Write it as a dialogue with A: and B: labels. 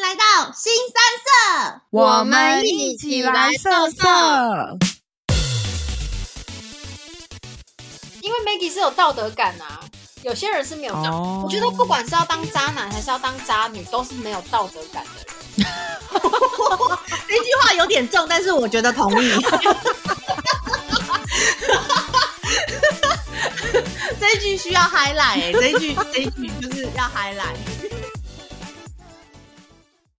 A: 新三色，
B: 我们一起来色色。
C: 因为 Maggie 是有道德感啊，有些人是没有道。
B: 哦
C: 我觉得不管是要当渣男还是要当渣女，都是没有道德感的人。
A: 这句话有点重，但是我觉得同意。这一句需要 highlight，、欸、这一句这一句就是要 highlight。